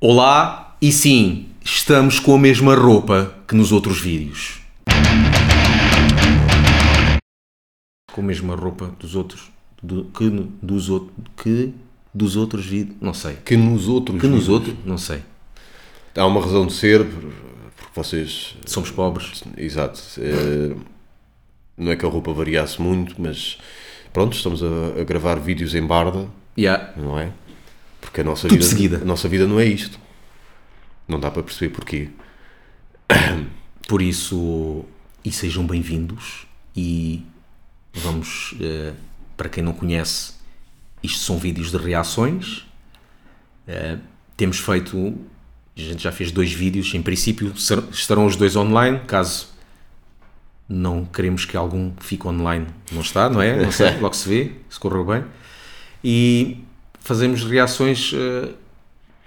Olá, e sim, estamos com a mesma roupa que nos outros vídeos. Com a mesma roupa dos outros. do- que, no- dos outros que dos outros vídeos. Não sei. Que nos outros. Que nos vídeos. outros. Não sei. Há uma razão de ser, por- porque vocês. Somos pobres. Exato. eh, não é que a roupa variasse muito, mas pronto, estamos a, a gravar vídeos em barda, Yeah. não é? Porque a nossa, Tudo vida, seguida. a nossa vida não é isto. Não dá para perceber porquê. Por isso, e sejam bem-vindos. E vamos, eh, para quem não conhece, isto são vídeos de reações. Eh, temos feito, a gente já fez dois vídeos, em princípio ser- estarão os dois online, caso não queremos que algum fique online. Não está, não é? Não sei, logo se vê, se correu bem. E fazemos reações eh,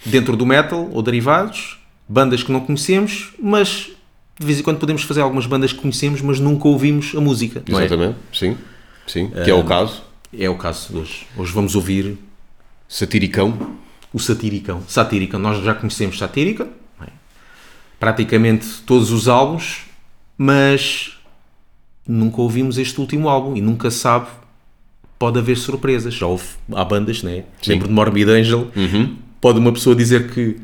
dentro do metal ou derivados, bandas que não conhecemos, mas de vez em quando podemos fazer algumas bandas que conhecemos, mas nunca ouvimos a música. não é? Exatamente. Sim. Sim. Que é o caso. É o caso de hoje. Hoje vamos ouvir Satiricão. o Satiricão. Satiricão, nós já conhecemos Satírica, não é? praticamente todos os álbuns, mas nunca ouvimos este último álbum e nunca sabe. Pode haver surpresas. Já houve, há bandas, né? Lembro de Morbid Angel. Pode uma pessoa dizer que,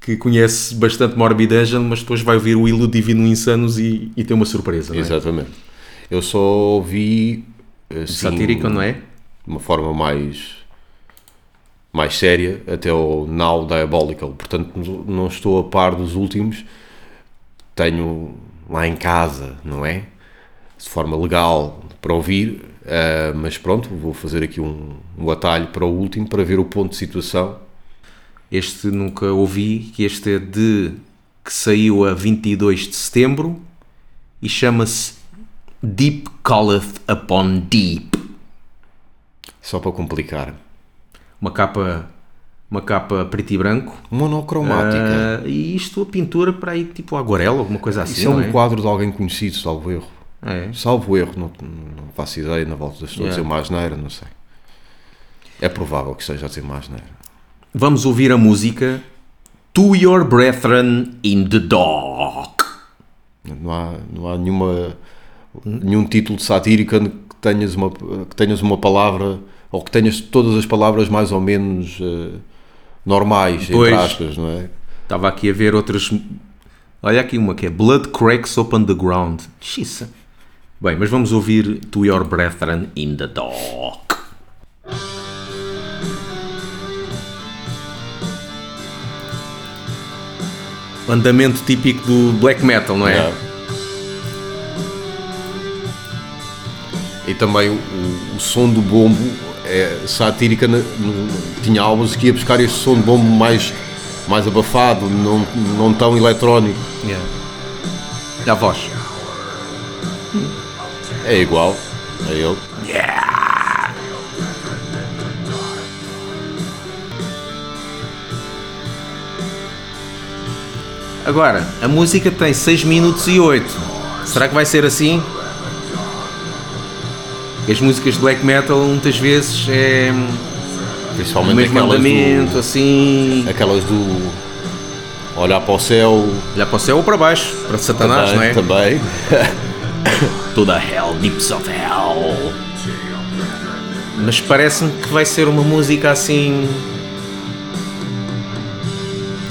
que conhece bastante Morbid Angel, mas depois vai ouvir o Ilu Divino Insanos e, e tem uma surpresa, não é? Exatamente. Eu só ouvi. Assim, Satírica, não é? de uma forma mais mais séria até o Now Diabolical portanto n- não estou a par dos últimos tenho lá em casa não é de forma legal para ouvir ah, mas pronto vou fazer aqui um, um atalho para o último para ver o ponto de situação Este nunca ouvi, que este é de que saiu a 22 de setembro e chama-se Deep Calleth Upon Deep. só para complicar Uma capa uma capa preto e branco. monocromática Ah, e isto a pintura para aí tipo aguarela, alguma coisa assim, isso é não um é? quadro de alguém conhecido salvo erro É. salvo erro não, não faço ideia na volta estou a dizer uma asneira não sei é provável que esteja a dizer uma asneira Vamos ouvir a música To Your Brethren in the Dark. Não há, não há nenhuma, nenhum título de satírica que tenhas, uma, que tenhas uma palavra ou que tenhas todas as palavras mais ou menos eh, normais, Pois. entre aspas, não é? Estava aqui a ver outras. Olha aqui uma que é Blood Cracks Open the Ground. Xissa. Bem, mas vamos ouvir To Your Brethren in the Dark. Andamento típico do black metal, não é? E também o, o som do bombo é satírica na- no- tinha álbuns que ia buscar este som de bombo mais, mais abafado, não, não tão eletrónico. Yeah. E a voz. É igual a ele. Agora, a música tem 6 minutos e 8. Será que vai ser assim? As músicas de black metal muitas vezes é o Principalmente mesmo aquelas do, andamento, assim. aquelas do olhar para o céu Olhar para o céu ou para baixo, para Satanás, também, não é? também. Toda hell, deeps of hell. Mas parece-me que vai ser uma música assim.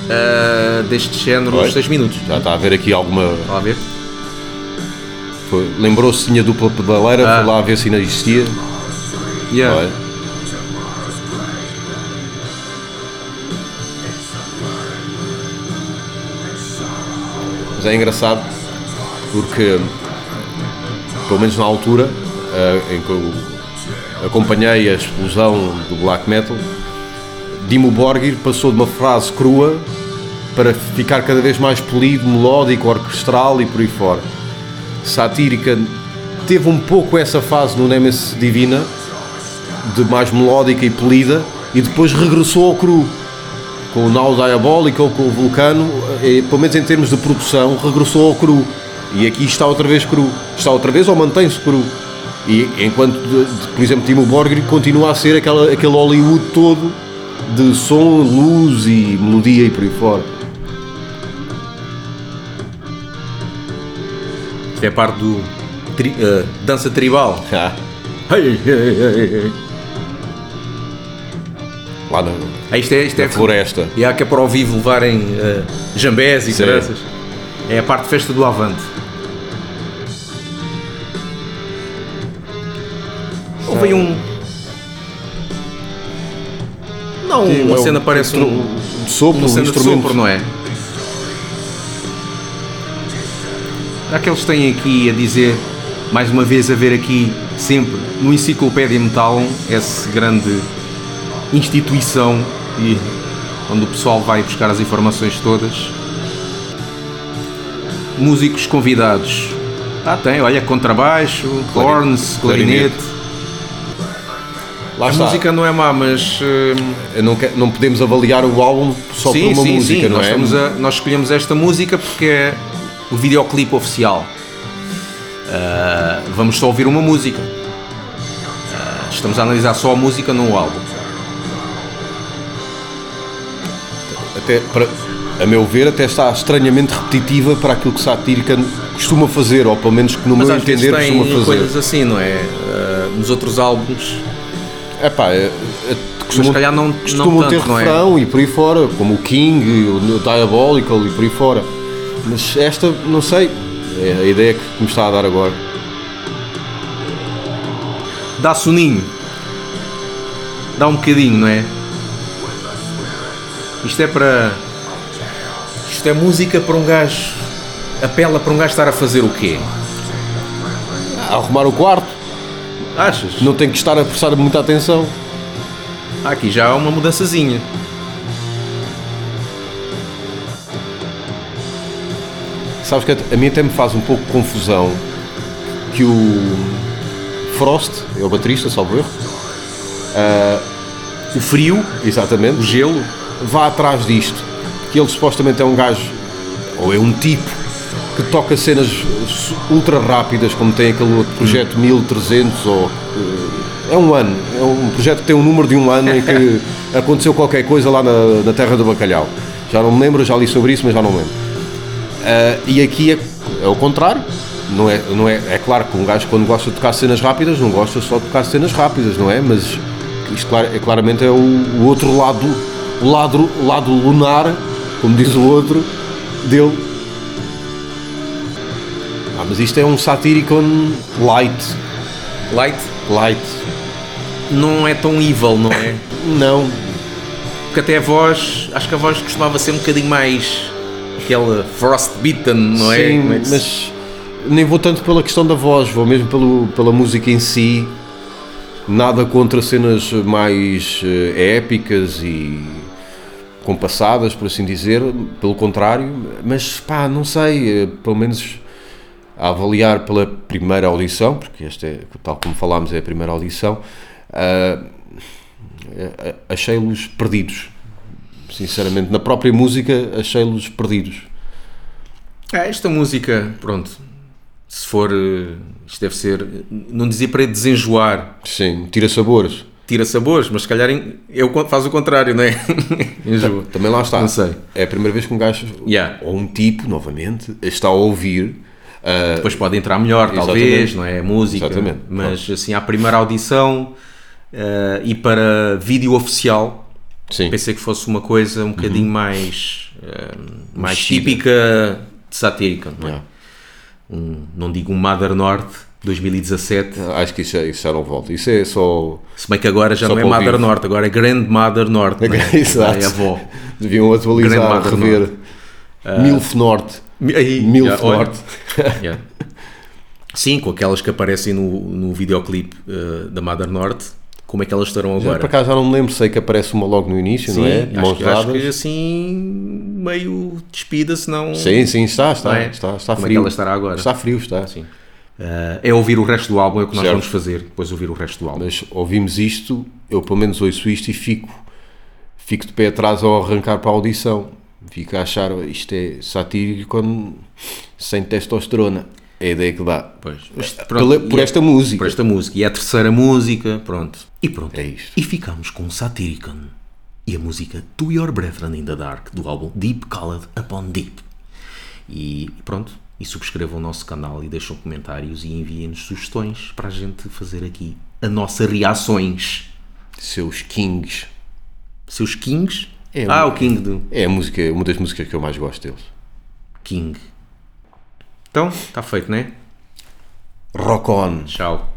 ah, deste género, Oi? uns 6 minutos. já está a haver aqui alguma Vá lá ver. foi- lembrou-se se tinha dupla pedaleira Ah. foi lá a ver se ainda existia Yeah. Olha, mas é engraçado porque pelo menos na altura eh, em que eu acompanhei a explosão do black metal Dimo Borgir passou de uma frase crua para ficar cada vez mais polido, melódico, orquestral e por aí fora. Satírica teve um pouco essa fase no Nemesis Divina, de mais melódica e polida, e depois regressou ao cru, com o Now Diabolical, com o Vulcano, eh, pelo menos em termos de produção, regressou ao cru. E aqui está outra vez cru. Está outra vez ou mantém-se cru? E enquanto, de- de- por exemplo, Timo Borgir continua a ser aquela, aquele Hollywood todo de som, luz e melodia e por aí fora. Isto é parte do tri- eh, dança tribal. Ah, Ei, ei, ei, ei. lá na, Ah, isto é, isto é na floresta. E há que é para ao vivo levarem eh, jambés e Sim. crianças. É a parte de festa do Avante. Houve aí um. Não, uma é um cena parece instru- um. de sopro, Uma um cena de instrumento. sopro, não é? Será que eles têm aqui a dizer, mais uma vez, a ver aqui sempre no Enciclopédia Metal, essa grande instituição e onde o pessoal vai buscar as informações todas? Músicos convidados. Ah, tem, olha, contrabaixo, horns, clarinete. clarinete. Lá A está. música não é má, mas. hum, Eu Não, que- não podemos avaliar o álbum só por uma música, não nós, é? estamos a- nós escolhemos esta música porque é o videoclipe oficial. Ah, vamos só ouvir uma música. Ah, estamos a analisar só a música, não o álbum. Até, para, a meu ver, até está estranhamente repetitiva para aquilo que Satírica costuma fazer, ou pelo menos que no Mas meu às vezes entender tem costuma fazer. coisas assim, não é? Ah, nos outros álbuns. Epá, é, é, costumam, calhar não- não costumam ter tanto, não é? refrão e por aí fora, como o King, o Diabolical e por aí fora. Mas esta, não sei, é a ideia que me está a dar agora. Dá soninho. Dá um bocadinho, não é? Isto é para. Isto é música para um gajo. Apela para um gajo estar a fazer o quê? A arrumar o quarto, Achas? não tem que estar a prestar muita atenção. Aqui já há uma mudançazinha. Sabes que a mim até me faz um pouco confusão que o Frost, é o baterista, salvo erro, O frio, exatamente, o gelo, vá atrás disto. Que ele supostamente é um gajo, ou é um tipo, que toca cenas su- ultra rápidas, como tem aquele outro projeto 1300, ou. eh, É um ano, é um projeto que tem um número de um ano em que aconteceu qualquer coisa lá na, na Terra do Bacalhau. Já não me lembro, já li sobre isso, mas já não me lembro. Ah, e aqui é, é o contrário. Não é, não é, é claro que um gajo, quando gosta de tocar cenas rápidas, não gosta só de tocar cenas rápidas, não é? Mas isto clar- é, claramente é o, o outro lado, o lado, o lado lunar, como diz o outro, dele. Ah, mas isto é um Satyricon light. light, Light. não é tão evil, não é? Não. Porque até a voz, acho que a voz costumava ser um bocadinho mais aquela frostbitten, não é? Sim, Como é? que se- mas nem vou tanto pela questão da voz, vou mesmo pelo, pela música em si. Nada contra cenas mais eh, épicas e compassadas, por assim dizer, pelo contrário, mas pá, não sei, eh, pelo menos a avaliar pela primeira audição, porque esta é, tal como falámos, é a primeira audição, ah, eh, achei-los perdidos. Sinceramente, na própria música, achei-los perdidos. Ah, esta música, pronto, se for, eh, isto deve ser, não dizia para desenjoar, Sim, tira sabores. tira sabores, mas se calhar em- eu, con- faz o contrário, não é? Enjoa. Também lá está. Não sei. É a primeira vez que um gajo, Yeah. ou um tipo, novamente, está a ouvir. ah, Depois pode entrar melhor, talvez, Exatamente. não é? A música. Exatamente. Mas assim, à primeira audição eh, e para vídeo oficial, sim, Uhum. Pensei que fosse uma coisa um bocadinho mais, eh, mais Mexida. típica de satírica, não é? Yeah. Um, não digo um Mother North 2017, acho que isso, já- isso já não volta. Isso é só. se bem que agora já Só não é para o Mother vivo. North, agora é Grand Mother North, não é? Exato. é a avó. Deviam atualizar, Grande Mother rever. Milf Norte. Aí, Milf Ah. já, olha. Norte. Yeah. Sim, com aquelas que aparecem no, no videoclipe eh, da Mother North, como é que elas estarão Já, para agora? cá já não me lembro, sei que aparece uma logo no início, Sim, não é? acho, Mãos que, acho dadas. que assim meio despida, senão Sim, sim, está, Não está. é? Está, está Como é que frio. ela estará agora? Está frio, está. Sim. Eh, é ouvir o resto do álbum, é o que nós Certo. vamos fazer, depois ouvir o resto do álbum. Mas ouvimos isto, eu pelo menos ouço isto e fico, fico de pé atrás ao arrancar para a audição. Fico a achar isto é satírico quando- sem testosterona. É a ideia que dá. Pois. Pela- por esta música. é por esta música. E é a terceira música, pronto. E pronto. É isto. E ficamos com Satyricon. e a música To Your Brethren in the Dark do álbum Deep Called Upon Deep. E pronto, e subscrevam o nosso canal e deixam comentários e enviem-nos sugestões para a gente fazer aqui a nossa reações. Seus Kings. Seus Kings? É ah, um- o King do É a música, uma das músicas que eu mais gosto deles. King. Então, está feito, né? Rock on! Tchau.